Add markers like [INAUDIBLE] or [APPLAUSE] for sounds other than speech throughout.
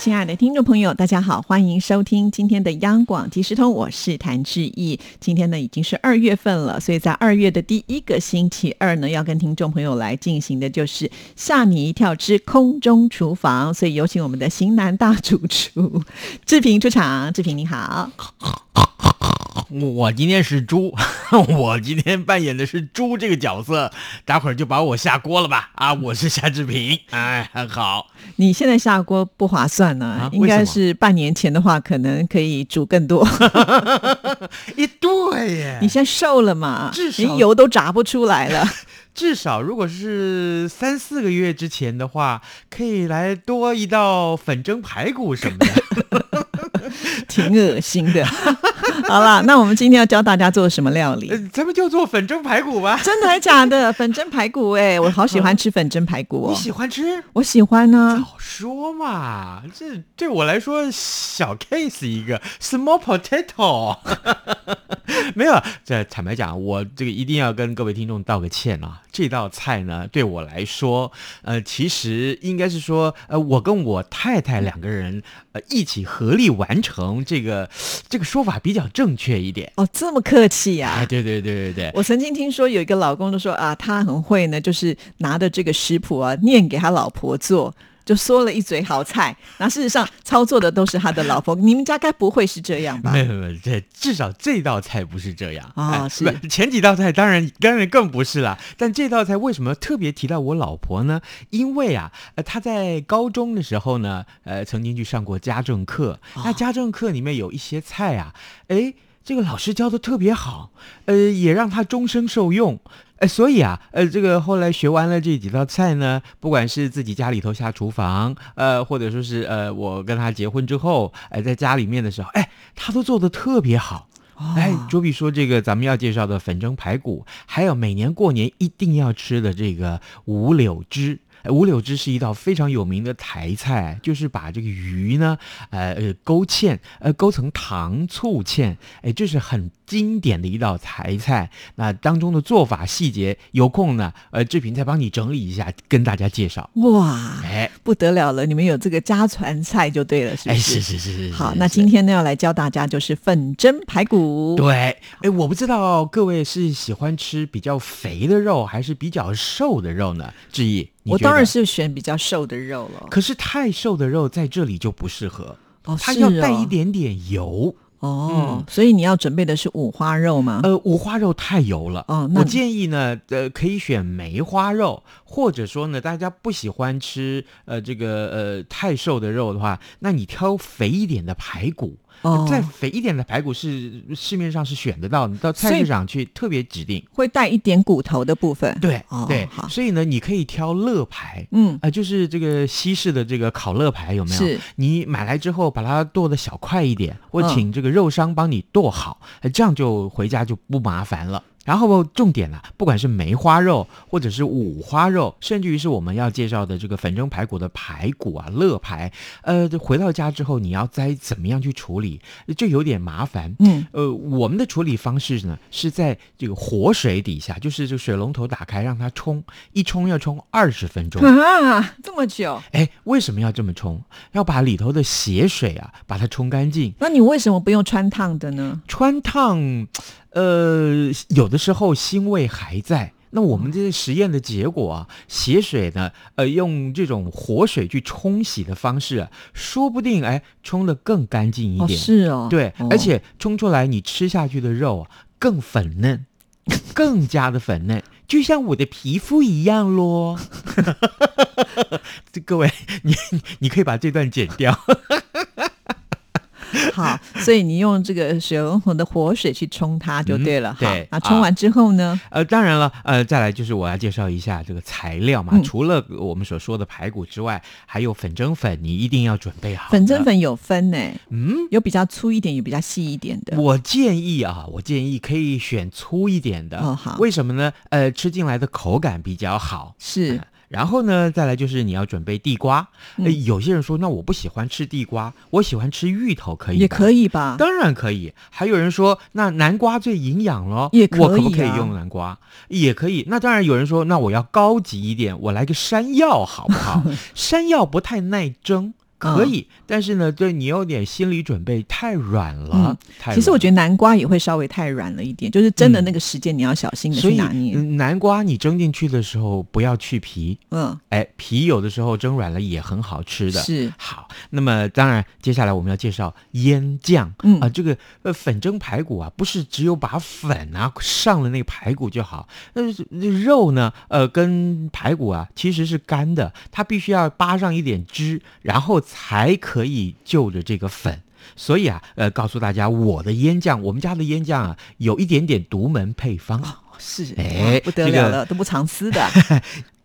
亲爱的听众朋友，大家好，欢迎收听今天的央广即时通，我是谭志毅。今天呢已经是二月份了，所以在二月的第一个星期二呢，要跟听众朋友来进行的就是吓你一跳之空中厨房，所以有请我们的型男大主厨志平出场。志平你好，我今天是猪， [LAUGHS] 我今天扮演的是猪这个角色，待会儿就把我下锅了吧？啊，我是夏志平，哎，很好，你现在下锅不划算呢、啊应该为什啊是半年前的话，可能可以煮更多。哦 [LAUGHS] 一对耶你现在瘦了嘛，至少连油都炸不出来了。至少如果是三四个月之前的话，可以来多一道粉蒸排骨什么的。挺恶心的。 [LAUGHS] 好啦，那我们今天要教大家做什么料理？呃，咱们就做粉蒸排骨吧。真的还假 [LAUGHS] 的？粉蒸排骨哎、我好喜欢吃粉蒸排骨嗯你哦，喜欢吃？我喜欢啊呢、好说嘛，这对我来说小 case 一个 small potato。没有，这坦白讲，我这个一定要跟各位听众道个歉啊。这道菜呢，对我来说，呃，其实应该是说，呃，我跟我太太两个人，呃，一起合力完成这个，这个说法比较正确一点。哦，这么客气呀、哎，对对对对对，我曾经听说有一个老公就说啊，他很会呢，就是拿着这个食谱啊念给他老婆做，就说了一嘴好菜。那事实上操作的都是他的老婆。你们家该不会是这样吧没？有没有，没有这至少这道菜不是这样啊哎是不 [LAUGHS] 前几道菜当然当然更不是啦。但这道菜为什么特别提到我老婆呢？因为啊，呃，她在高中的时候呢，呃，曾经去上过家政课。哦那家政课里面有一些菜啊，哎，这个老师教的特别好，呃，也让她终生受用。呃，所以啊，呃，这个后来学完了这几道菜呢，不管是自己家里头下厨房，呃，或者说是呃，我跟她结婚之后，哎、在家里面的时候，哎，她都做的特别好。哦哎，卓比说这个咱们要介绍的粉蒸排骨，还有每年过年一定要吃的这个五柳汁。哎五柳汁是一道非常有名的台菜，就是把这个鱼呢，呃呃勾芡，呃勾成糖醋芡，哎，这是很经典的一道台菜。那当中的做法细节，有空呢，呃，志平再帮你整理一下，跟大家介绍。哇，哎，不得了了！你们有这个家传菜就对了，是不哎，是？是是是是。是好，是那今天呢要来教大家就是粉蒸排骨。对，哎，我不知道各位是喜欢吃比较肥的肉，还是比较瘦的肉呢？志毅，你我觉得当然，是选比较瘦的肉了。可是太瘦的肉在这里就不适合，哦，它是要哦带一点点油。嗯哦，所以你要准备的是五花肉吗？呃，五花肉太油了。哦那我建议呢，呃，可以选梅花肉，或者说呢，大家不喜欢吃呃这个呃太瘦的肉的话，那你挑肥一点的排骨。哦再肥一点的排骨是市面上是选得到的，你到所菜以市场去特别指定。会带一点骨头的部分。，对、哦对好，所以呢，你可以挑乐牌。嗯，啊，就是这个西式的这个烤乐排有没有？是你买来之后把它剁的小块一点，或嗯请这个肉商帮你剁好，呃这样就回家就不麻烦了。然后重点啊，不管是梅花肉，或者是五花肉，甚至于是我们要介绍的这个粉蒸排骨的排骨啊，乐排，呃，回到家之后你要再怎么样去处理，就有点麻烦。嗯，呃，我们的处理方式呢，是在这个活水底下，就是这个水龙头打开让它冲，一冲要冲二十分钟。啊， [LAUGHS] 这么久，哎，为什么要这么冲？要把里头的血水啊，把它冲干净。那你为什么不用穿烫的呢？穿烫，呃，有的时候腥味还在。那我们这些实验的结果啊，血水呢，呃，用这种活水去冲洗的方式、啊，说不定哎，冲得更干净一哦，点。是哦，对，哦而且冲出来你吃下去的肉啊，更粉嫩， [LAUGHS] 更加的粉嫩，就像我的皮肤一样咯。 [LAUGHS] 这各位，你你你可以把这段剪掉。 [LAUGHS] 好，所以你用这个水龙头的活水去冲它就对了。嗯好对那冲完之后呢？呃，当然了，呃，再来就是我要介绍一下这个材料嘛，嗯除了我们所说的排骨之外，还有粉蒸粉，你一定要准备好。粉蒸，粉有分呢，嗯。有比较粗一点，有比较细一点的。我建议啊，我建议可以选粗一点的，哦好为什么呢？呃，吃进来的口感比较好。是嗯，然后呢，再来就是你要准备地瓜。呃嗯有些人说，那我不喜欢吃地瓜，我喜欢吃芋头，可以也吗可以啊吧？当然可以。还有人说，那南瓜最营养咯，也可以啊我可不可以用南瓜？也可以。那当然有人说，那我要高级一点，我来个山药好 [LAUGHS] 不好？山药不太耐蒸。可以，嗯但是呢，对你有点心理准备，太软了。嗯太其实我得。觉得南瓜也会稍微太软了一点，就是真的嗯那个时间你要小心的所去以拿捏。嗯南瓜你蒸进去的时候不要去皮，嗯，哎，皮有的时候蒸软了也很好吃的。啊是好，那么当然，接下来我们要介绍腌酱。嗯啊、这个呃粉蒸排骨啊，不是只有把粉啊上了那个排骨就好，那是那肉呢，呃，跟排骨啊其实是干的，它必须要扒上一点汁，然后才可以就着这个粉。所以啊，呃，告诉大家，我的腌酱，我们家的腌酱啊，有一点点独门配方。是，哎哇不得这个了了，都不藏私 [LAUGHS] 的。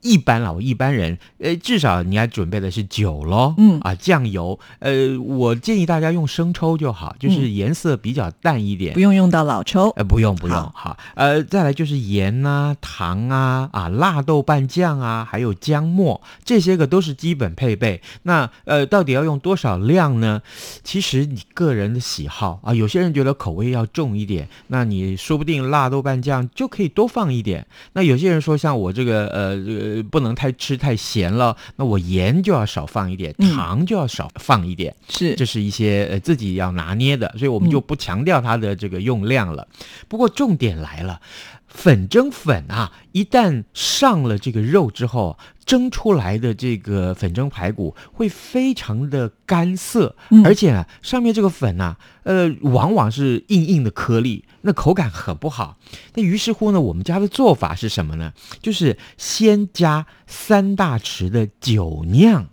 一般啦，我一般人，呃，至少你要准备的是酒咯，嗯啊，酱油，呃，我建议大家用生抽就好，就是颜色比较淡一点。不用用到老抽，呃，不用不用，好好呃，再来就是盐啊、糖啊、啊辣豆瓣酱啊，还有姜末，这些个都是基本配备。那呃，到底要用多少量呢？其实你个人的喜好啊，有些人觉得口味要重一点，那你说不定辣豆瓣酱就可以多放一点。那有些人说像我这个呃呃不能太吃太咸了，那我盐就要少放一点，嗯糖就要少放一点。是这是一些呃自己要拿捏的，所以我们就不强调它的这个用量了。不过重点来了，粉蒸粉啊，一旦上了这个肉之后，蒸出来的这个粉蒸排骨会非常的干涩，嗯而且啊，上面这个粉啊，呃，往往是硬硬的颗粒，那口感很不好。那于是乎呢，我们家的做法是什么呢？就是先加三大匙的酒酿。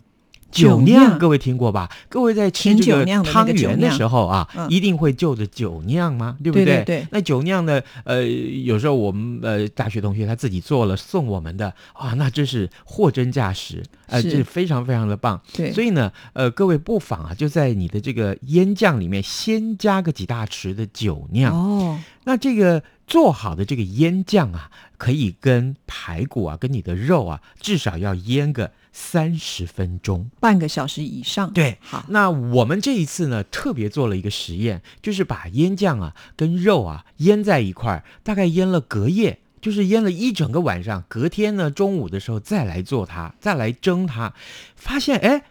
酒酒酿酿，各位听过吧？各位在吃甜这酒个酿的那汤个酒圆的酿时候啊，嗯一定会就着酒酿吗？对不对对？对对那酒酿呢？呃，有时候我们呃大学同学他自己做了送我们的啊，那真是货真价实，呃，是这非常非常的棒。对，所以呢，呃，各位不妨啊，就在你的这个腌酱里面先加个几大匙的酒酿。哦，那这个做好的这个腌酱啊，可以跟排骨啊，跟你的肉啊，至少要腌个三十分钟。半个小时以上，，对，好，那我们这一次呢，特别做了一个实验，就是把腌酱啊跟肉啊腌在一块儿，大概腌了隔夜，就是腌了一整个晚上。隔天呢，中午的时候再来做它，再来蒸它，发现哎，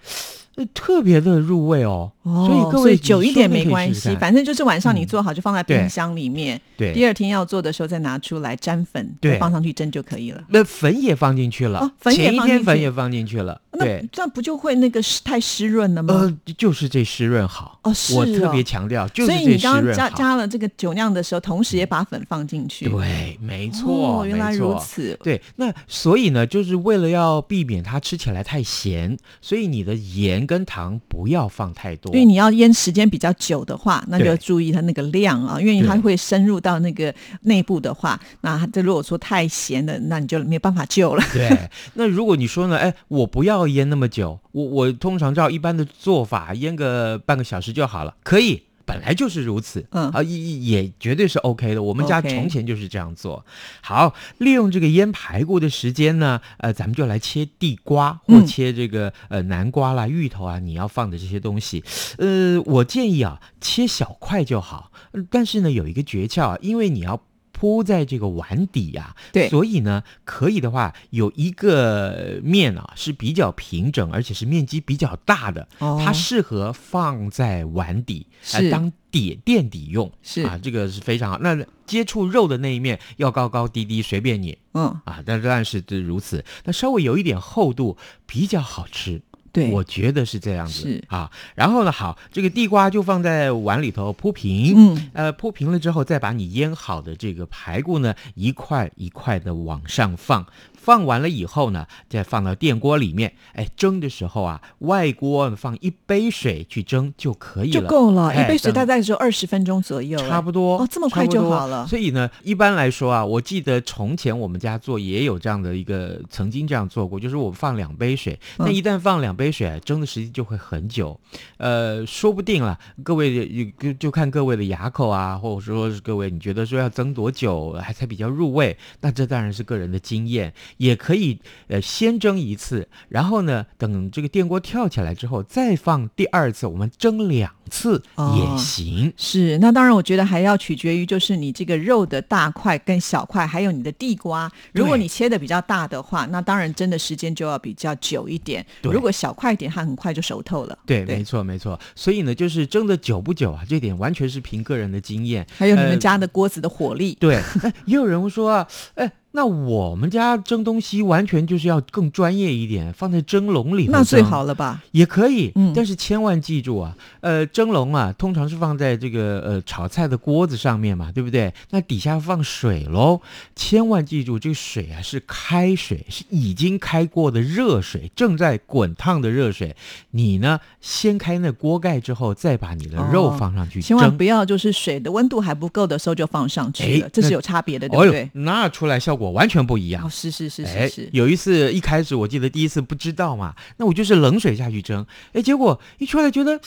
呃特别的入味哦。哦，所以各位久一点没关系，你说的可以试试看反正就是晚上你嗯做好就放在对冰箱里面，第对，二天要做的时候再拿出来沾粉，对再放上去蒸就可以了。那粉也放进去了，哦粉也前一放进天粉去也放进去了，那对。这样不就会那个湿太湿润了吗？呃，就是这湿润好，哦是我特哦别强调，就是所以这你湿刚刚润加好。加了这个酒酿的时候，同时也把粉放进去，对，没错，哦，原来没错如此，对，那所以呢，就是为了要避免它吃起来太咸，所以你的盐跟糖不要放太多。因为你要腌时间比较久的话，那就要对注意它那个量啊，因为它对会深入到那个内部的话，那它这如果说太咸的，那你就没有办法救 [LAUGHS] 了。对，那如果你说呢，哎，我不要腌那么久，我我通常照一般的做法腌个半个小时就好了，可以。本来就是如此， [LAUGHS] 嗯啊，也也也绝对是 OK 的。我们家 OK 从前就是这样做。好，利用这个腌排骨的时间呢，呃，咱们就来切地瓜或嗯切这个、呃南瓜啦、芋头啊，你要放的这些东西。呃，我建议啊，切小块就好。呃但是呢，有一个诀窍啊，因为你要铺在这个碗底啊，对所以呢，可以的话，有一个面啊是比较平整，而且是面积比较大的，哦它适合放在碗底，是呃、当底垫底用，是啊，这个是非常好。那接触肉的那一面要高高低低，随便你嗯，啊，但但是这如此，那稍微有一点厚度比较好吃。对，我觉得是这样子是啊。然后呢，好，这个地瓜就放在碗里头铺平，嗯，呃，铺平了之后，再把你腌好的这个排骨呢，一块一块的往上放。放完了以后呢，再放到电锅里面，哎，蒸的时候啊，外锅放一杯水去蒸就可以了，就够了，一哎杯水大等概只有二十分钟左右，差不多哦这么快就好了差不多所以呢，一般来说啊，我记得从前我们家做也有这样的一个，曾经这样做过，就是我们放两杯水，嗯那一旦放两杯水，蒸的时间就会很久。呃，说不定了，各位就就看各位的牙口啊，或者说是各位你觉得说要蒸多久还才比较入味，那这当然是个人的经验。也可以呃先蒸一次，然后呢，等这个电锅跳起来之后再放第二次，我们蒸两次哦也行。是，那当然，我觉得还要取决于就是你这个肉的大块跟小块，还有你的地瓜。如果对你切的比较大的话，那当然真的时间就要比较久一点。对如果小块一点，它很快就熟透了。对，对没错，没错。所以呢，就是蒸的久不久啊，这点完全是凭个人的经验。还有你们呃家的锅子的火力，对， [LAUGHS] 哎也有人会说啊，哎，那我们家蒸东西完全就是要更专业一点，放在蒸笼里头那最蒸好了吧？也可以，嗯但是千万记住啊，呃，蒸笼啊，通常是放在这个呃炒菜的锅子上面嘛，对不对？那底下放水喽，千万记住，这个水啊是开水，是已经开过的热水，正在滚烫的热水。你呢，先开那锅盖之后，再把你的肉哦放上去蒸。千万不要就是水的温度还不够的时候就放上去了，哎这是那有差别的，对哦不呦对，？那出来效果完全不一样哦，。是是是是哎是，，有一次一开始我记得第一次不知道嘛，那我就是冷水下去蒸，哎，结果一出来觉得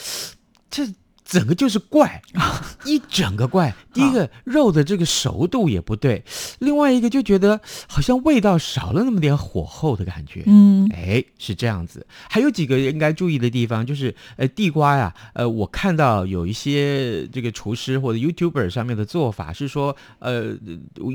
这整个就 [LAUGHS] 是怪，一整个怪。第一个肉的这个熟度也不对，另外一个就觉得好像味道少了那么点火候的感觉。嗯，哎，是这样子。还有几个应该注意的地方，就是呃，地瓜呀、呃，我看到有一些这个厨师或者 YouTuber 上面的做法是说，呃，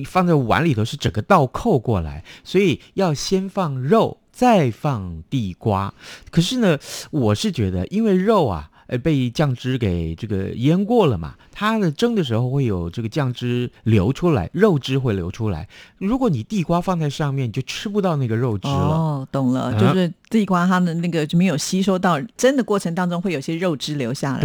放在碗里头是整个倒扣过来，所以要先放肉，再放地瓜。可是呢，我是觉得，因为肉啊。呃，被酱汁给这个腌过了嘛，它的蒸的时候会有这个酱汁流出来，肉汁会流出来。如果你地瓜放在上面，你就吃不到那个肉汁了。哦，懂了，嗯就是地瓜它的那个就没有吸收到，蒸的过程当中会有些肉汁流下来。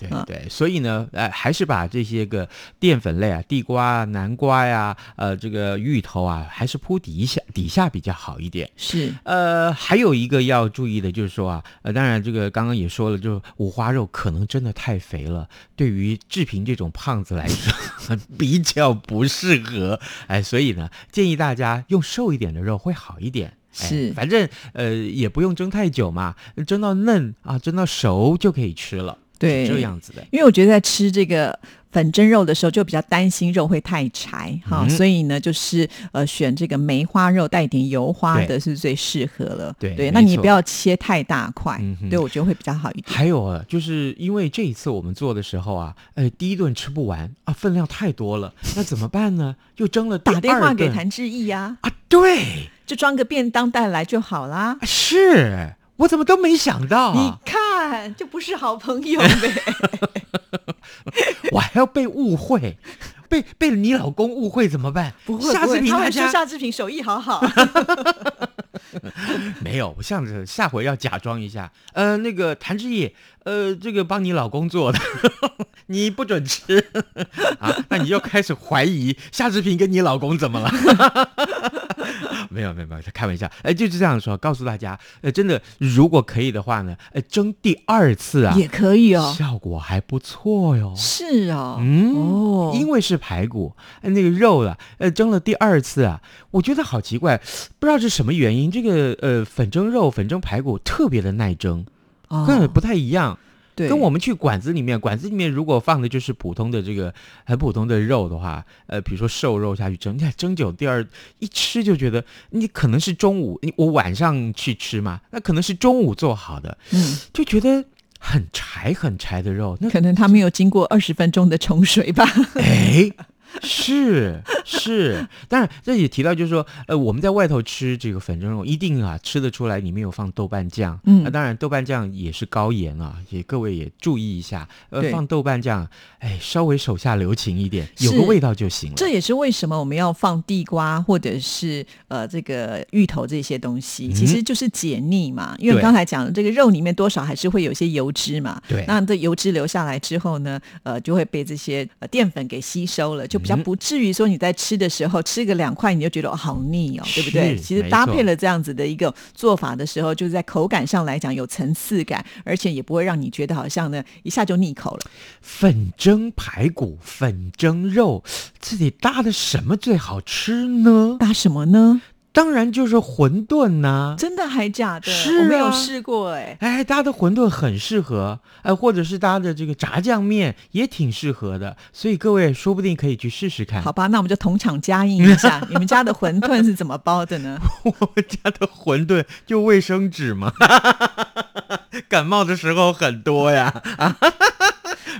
对对嗯对，所以呢，呃，还是把这些个淀粉类啊，地瓜、啊、南瓜呀、呃，这个芋头啊，还是铺底下底下比较好一点。是呃，还有一个要注意的就是说啊，呃，当然这个刚刚也说了，就是五花肉可能真的太肥了，对于志平这种胖子来说 [LAUGHS] 比较不适合。哎，所以呢，建议大家用瘦一点的肉会好一点。哎是反正呃也不用蒸太久嘛，蒸到嫩啊，蒸到熟就可以吃了。对是这样子的。因为我觉得在吃这个粉蒸肉的时候，就比较担心肉会太柴哈，嗯所以呢，就是呃选这个梅花肉带一点油花的对是最适合了。对对，没那你不错要切太大块嗯，哼对我觉得会比较好一点。还有啊，就是因为这一次我们做的时候啊，呃，第一顿吃不完啊，分量太多了，那怎么办呢？又蒸了第打电话二给顿谭志毅呀、啊，对，啊就装个便当带来就好啦。是我怎么都没想到你啊，看，就不是好朋友 [LAUGHS] 呗。我还要被误会，被被你老公误会怎么办？ [LAUGHS] 不会，下不次会你他大会说家夏志平手艺好好。 [LAUGHS] 没有，我想着下回要假装一下，呃，那个谭志毅，呃，这个帮你老公做的， [LAUGHS] 你不准吃 [LAUGHS] 啊，那你就开始怀疑夏志平跟你老公怎么了？ [LAUGHS] 没有没有没有，开玩笑，哎、就是这样说，告诉大家，呃，真的，如果可以的话呢，呃，蒸第二次啊，也可以哦，效果还不错哟。是哦，嗯哦，因为是排骨，呃那个肉啊，呃，蒸了第二次啊，我觉得好奇怪，不知道是什么原因，这个呃粉蒸肉、粉蒸排骨特别的耐蒸，哦跟不太一样。对跟我们去馆子里面，馆子里面如果放的就是普通的这个很普通的肉的话，呃，比如说瘦肉下去蒸，你看蒸久，第二一吃就觉得你可能是中午，你我晚上去吃嘛，那可能是中午做好的，嗯。就觉得很柴很柴的肉，那可能他没有经过二十分钟的冲水吧。 [LAUGHS] 哎，是是，当然这也提到就是说，呃，我们在外头吃这个粉蒸肉，一定啊吃得出来里面有放豆瓣酱，嗯那、当然豆瓣酱也是高盐啊，也各位也注意一下，呃对，放豆瓣酱，哎，稍微手下留情一点，有个是味道就行了。这也是为什么我们要放地瓜或者是呃这个芋头这些东西，嗯其实就是解腻嘛。因为我对刚才讲的这个肉里面多少还是会有一些油脂嘛。对那这油脂留下来之后呢，呃，就会被这些呃淀粉给吸收了，就比较嗯不至于说你在吃的时候、吃个两块你就觉得哦好腻哦，对不对？是其实没搭错配了这样子的一个做法的时候，就是在口感上来讲有层次感，而且也不会让你觉得好像呢一下就腻口了。粉蒸排骨、粉蒸肉，这得搭的什么最好吃呢？搭什么呢？当然就是馄饨呐、真的还假的？是我没有啊试过哎、哎，大家的馄饨很适合，哎，或者是大家的这个炸酱面也挺适合的，所以各位说不定可以去试试看。好吧，那我们就同场加印一 [LAUGHS] 下，你们家的馄饨是怎么包的呢？我们家的馄饨就卫生纸嘛，感冒的时候很多呀。 [LAUGHS] 啊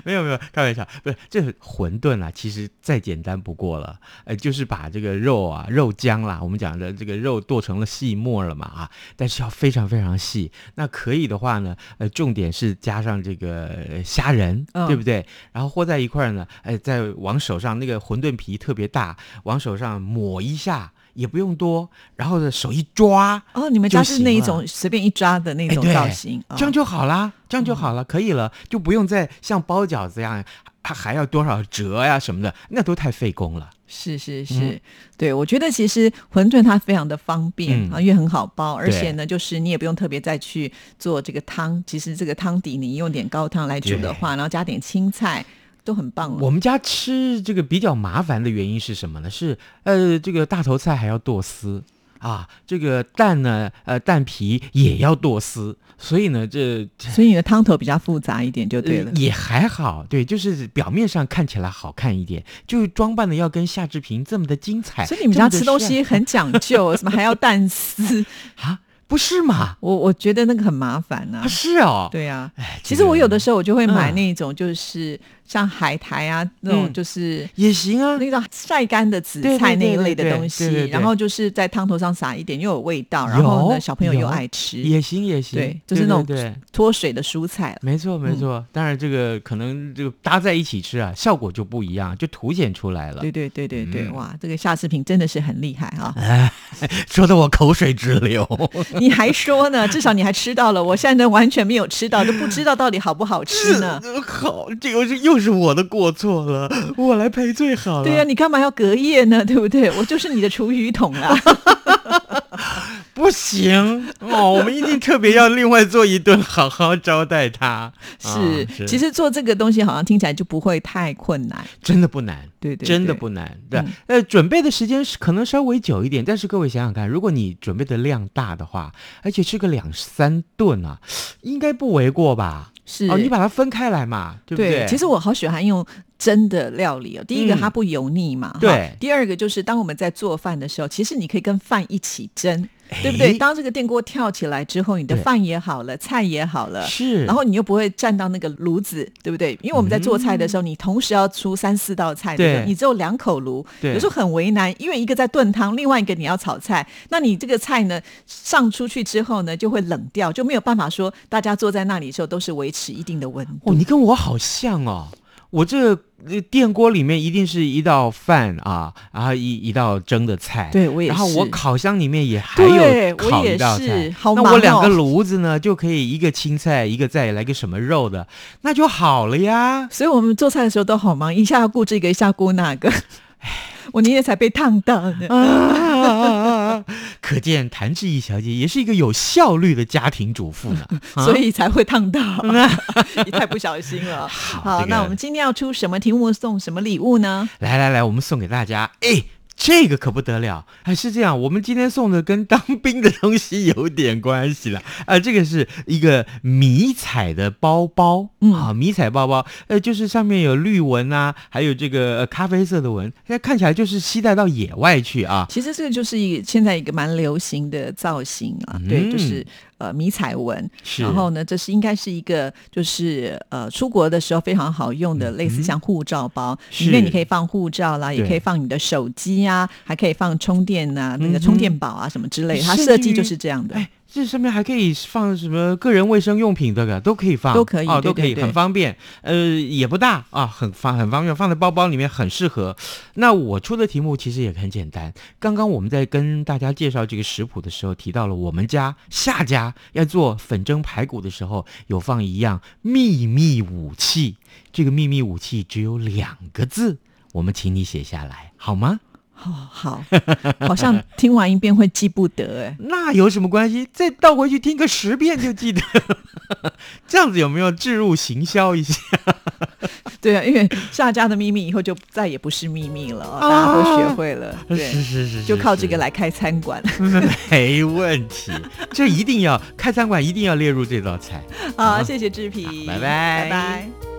没有没有，开玩笑，不是这馄饨啊，其实再简单不过了，呃，就是把这个肉啊、肉浆啦，我们讲的这个肉剁成了细末了嘛啊，但是要非常非常细。那可以的话呢，呃，重点是加上这个呃虾仁，嗯对不对？然后和在一块儿呢，哎、再往手上那个馄饨皮特别大，往手上抹一下，也不用多，然后呢手一抓，哦，你们家就是行那一了种随便一抓的那哎种对造型，哦这样就好啦，这样就好嗯了，可以了，就不用再像包饺子一样，还还要多少折呀、什么的，那都太费工了。是是是，嗯对我觉得其实馄饨它非常的方便、嗯啊，因为很好包，而对且呢，就是你也不用特别再去做这个汤。其实这个汤底你用点高汤来煮的对话，然后加点青菜，都很棒了。我们家吃这个比较麻烦的原因是什么呢？是呃，这个大头菜还要剁丝啊，这个蛋呢，呃，蛋皮也要剁丝，所以呢，这所以你的汤头比较复杂一点就对了。呃也还好，对，就是表面上看起来好看一点，就是装扮的要跟夏志平这么的精彩。所以你们家呃这吃么的东帅西很讲究，什么还要蛋丝，啊？不是嘛？我我觉得那个很麻烦呐、啊，是哦。，对啊，哎，其实我有的这时候我就会买嗯那种，就是像海苔啊、那种，嗯就是个也行啊。那种晒干的紫对对菜对那一对类的对东对西，对对然后就是在汤头上撒一点，又有味道，然后呢，有小朋友又有爱吃也行也行，对就是那种对对脱水的蔬菜了。没错，没嗯错。当然，这个可能这个搭在一起吃啊，效果就不一样，就凸显出来了对。对对对对，嗯哇，这个夏视频真的是很厉害 [LAUGHS] 啊！说的我口水直流。你还说呢？至少你还吃到了，我现在完全没有吃到，都不知道到底好不好吃呢。好，这又是又是我的过错了， [LAUGHS] 我来赔罪好了。对呀、你干嘛要隔夜呢？ [LAUGHS] 对不对？我就是你的厨余桶 [LAUGHS] 啦。啊不行 [LAUGHS] 哦，我们一定特别要另外做一顿，好好招待他。是啊，其实做这个东西好像听起来就不会太困难。真的不难。对对真的对不难，对，嗯呃，准备的时间是可能稍微久一点，但是各位想想看，如果你准备的量大的话，而且吃个两三顿啊，应该不为过吧？是哦，你把它分开来嘛，对不对？其实我好喜欢用真的料理哦。第一个嗯它不油腻嘛，哈对第二个就是当我们在做饭的时候，其实你可以跟饭一起蒸，对不哎对？当这个电锅跳起来之后，你的对饭也好了，菜也好了。是，然后你又不会占到那个炉子，对不对？因为我们在做菜的时候，你同时要出三四道菜，对不对？嗯对你只有两口炉，对有时候很为难，因为一个在炖汤，另外一个你要炒菜，那你这个菜呢上出去之后呢，就会冷掉，就没有办法说大家坐在那里的时候都是维持一定的温度。哦，你跟我好像哦，我这呃电锅里面一定是一道饭啊，然后一一道蒸的菜，对我也然后我是烤箱里面也还对有我烤也一道是菜，好那忙我两哦个炉子呢就可以一个青菜，一个再来个什么肉的，那就好了 [LAUGHS] 呀。所以我们做菜的时候都好忙，一下要顾这个，一下顾那个。 [LAUGHS] 我那天才被烫到呢。啊，可见谭志毅小姐也是一个有效率的家庭主妇呢。啊所以才会烫 [LAUGHS] 到，你太不小心了。好，这个那我们今天要出什么题目送什么礼物呢？来来来，我们送给大家，哎。这个可不得了，还是这样。我们今天送的跟当兵的东西有点关系了啊、这个是一个迷彩的包包，嗯啊，迷彩包包，呃，就是上面有绿纹啊，还有这个、呃咖啡色的纹，现在看起来就是携带到野外去啊。其实这个就是一个现在一个蛮流行的造型啊，嗯对，就是呃迷彩纹。是，然后呢，这是应该是一个就是呃出国的时候非常好用的，类似像护照包，嗯是里面你可以放护照啦，也对可以放你的手机啊，还可以放充电啊，那个嗯哼充电宝啊什么之类的，它甚设计至于就是这样的。哎，这上面还可以放什么个人卫生用品，这个都可以放，都可以哦，对都可以，对对很方便。呃，也不大啊，很方很方便，放在包包里面很适合。那我出的题目其实也很简单，刚刚我们在跟大家介绍这个食谱的时候，提到了我们家夏家要做粉蒸排骨的时候，有放一样秘密武器，这个秘密武器只有两个字，我们请你写下来好吗？哦，好，好像听完一遍会记不得 [LAUGHS] 哎。那有什么关系？再倒回去听个 [LAUGHS] 十遍就记得了，这样子有没有置入行销一下？对啊，因为下家的秘密以后就再也不是秘密了，大家都学会了，啊 [LAUGHS] 是对，是是，就靠这个来。来开餐馆 [LAUGHS] 没问题，这一定要开餐馆，一定要列入这道菜。好，谢谢志平，嗯拜拜拜拜。